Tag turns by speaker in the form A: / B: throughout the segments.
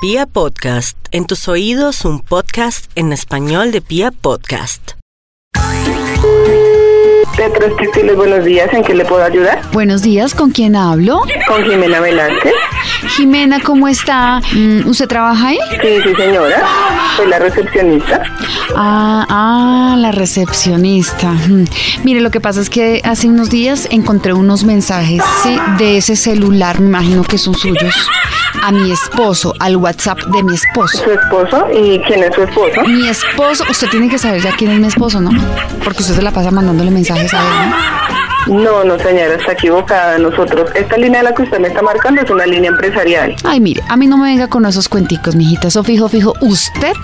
A: Pia Podcast, en tus oídos un podcast en español de Pia Podcast.
B: Petros Textiles, buenos días. ¿En qué le puedo ayudar?
C: Buenos días, ¿con quién hablo?
B: Con Jimena Velázquez.
C: Jimena, ¿cómo está? Mm, ¿Usted trabaja ahí?
B: Sí, sí, señora. Soy la recepcionista.
C: Ah, ah, la recepcionista. Mm. Mire, lo que pasa es que hace unos días encontré unos mensajes ¿sí? de ese celular, me imagino que son suyos, a mi esposo, al WhatsApp de mi esposo.
B: ¿Su esposo? ¿Y quién es su esposo?
C: Mi esposo, usted tiene que saber ya quién es mi esposo, ¿no? Porque usted se la pasa mandándole mensajes a él, ¿no?
B: No, no, señora, está equivocada. Nosotros, esta línea de la que usted me está marcando es una línea empresarial.
C: Ay, mire, a mí no me venga con esos cuenticos, mijita. Eso fijo, fijo. Usted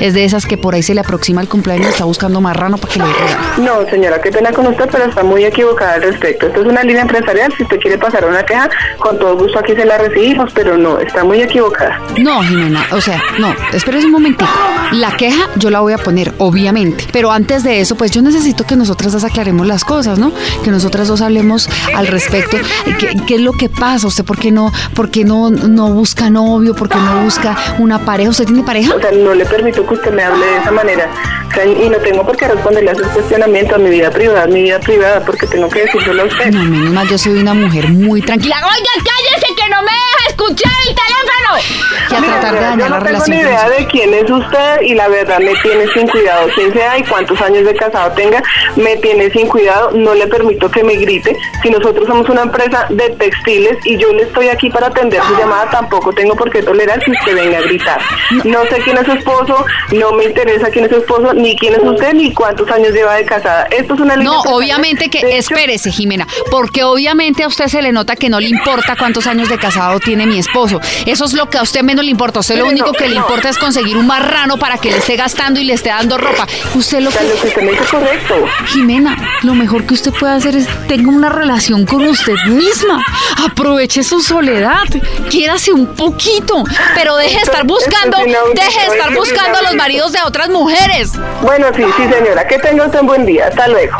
C: es de esas que por ahí se le aproxima el cumpleaños y está buscando marrano para que le regale.
B: No, señora, qué pena con usted, pero está muy equivocada al respecto. Esto es una línea empresarial. Si usted quiere pasar una queja, con todo gusto aquí se la recibimos, pero no, está muy equivocada.
C: No, Jimena, o sea, no, espérese un momentico. La queja yo la voy a poner, obviamente. Pero antes de eso, pues yo necesito que nosotras dos aclaremos las cosas, ¿no? Que nosotras dos hablemos al respecto. ¿Qué, qué es lo que pasa? ¿Usted por qué no, por qué no, no busca novio? ¿Por qué no busca una pareja? ¿Usted tiene pareja?
B: O sea, no le permito que usted me hable de esa manera. O sea, y no tengo por qué responderle a sus cuestionamientos, a mi vida privada, mi vida privada, porque tengo que decírselo a usted.
C: No, menos mal, yo soy una mujer muy tranquila.
D: Oiga, cállese que no me deja escuchar el teléfono.
C: Y a
B: Mire,
C: tratar de
B: señora,
C: dañar
B: yo
C: la
B: no tengo
C: relación.
B: ni
C: con
B: idea
C: usted.
B: de quién es usted y la verdad me tiene sin cuidado quién sea y cuántos años de casado tenga, me tiene sin cuidado, no le permito que me grite. Si nosotros somos una empresa de textiles y yo le estoy aquí para atender su llamada, tampoco tengo por qué tolerar que usted venga a gritar. No sé quién es su esposo, no me interesa quién es su esposo, ni quién es usted, ni cuántos años lleva de casada. Esto es una línea
C: No,
B: personal.
C: obviamente que
B: De hecho,
C: espérese, Jimena, porque obviamente a usted se le nota que no le importa cuántos años de casado tiene mi esposo. Eso es lo que a usted menos le importa. A usted lo
B: Pero
C: único
B: no,
C: que le
B: no.
C: importa es conseguir un marrano para que le esté gastando y le esté dando ropa. Usted lo
B: o sea,
C: que
B: lo que usted me dice es correcto.
C: Jimena, lo mejor que usted puede hacer es tenga una relación con usted misma. Aproveche su soledad, quiérase un poquito, pero deje de
B: Esto-
C: estar
B: esto es
C: buscando,
B: inaudito,
C: deje de
B: esto
C: estar
B: es
C: buscando a los
B: inaudito.
C: maridos de otras mujeres.
B: Bueno, sí, sí, señora. Que tenga usted un buen día. Hasta luego.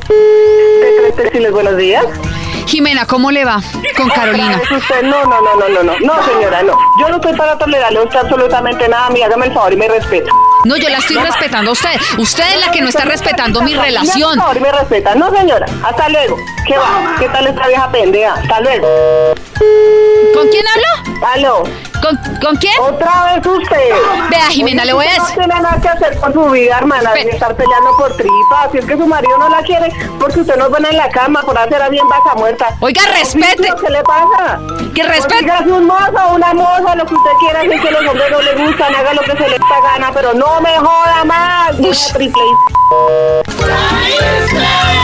B: Te- te- Textiles, buenos días.
C: Jimena, ¿cómo le va con Carolina?
B: Otra vez usted, no, no, no, no, no, no, no, señora, no. Yo no estoy para tolerarle a usted absolutamente nada. Mí, hágame el favor y me respeta.
C: No, yo la estoy respetando a usted. Usted es la que no está respetando mi
B: Hágame el
C: relación.
B: favor y me respeta. No, señora. Hasta luego. ¿Qué va? ¿Qué tal esta vieja pendeja? Hasta luego.
C: ¿Con quién hablo?
B: Aló.
C: ¿Con, con quién?
B: Otra vez usted.
C: Vea, Jimena, le voy a
B: Usted
C: decir.
B: No tiene nada que hacer con su vida, hermana.
C: Pe-
B: de estar peleando por tripas. Si es que su marido no la quiere, porque usted nos pone en la cama por hacer a bien vaca muerta.
C: Oiga, respete.
B: ¿Qué le pasa?
C: Que respete.
B: Oiga, si un mozo, una moza, lo que usted quiera, si es que los hombres no le gustan, haga lo que se le da gana, pero no me joda más.
C: Ush.
B: vieja triple.
D: Ay, espera.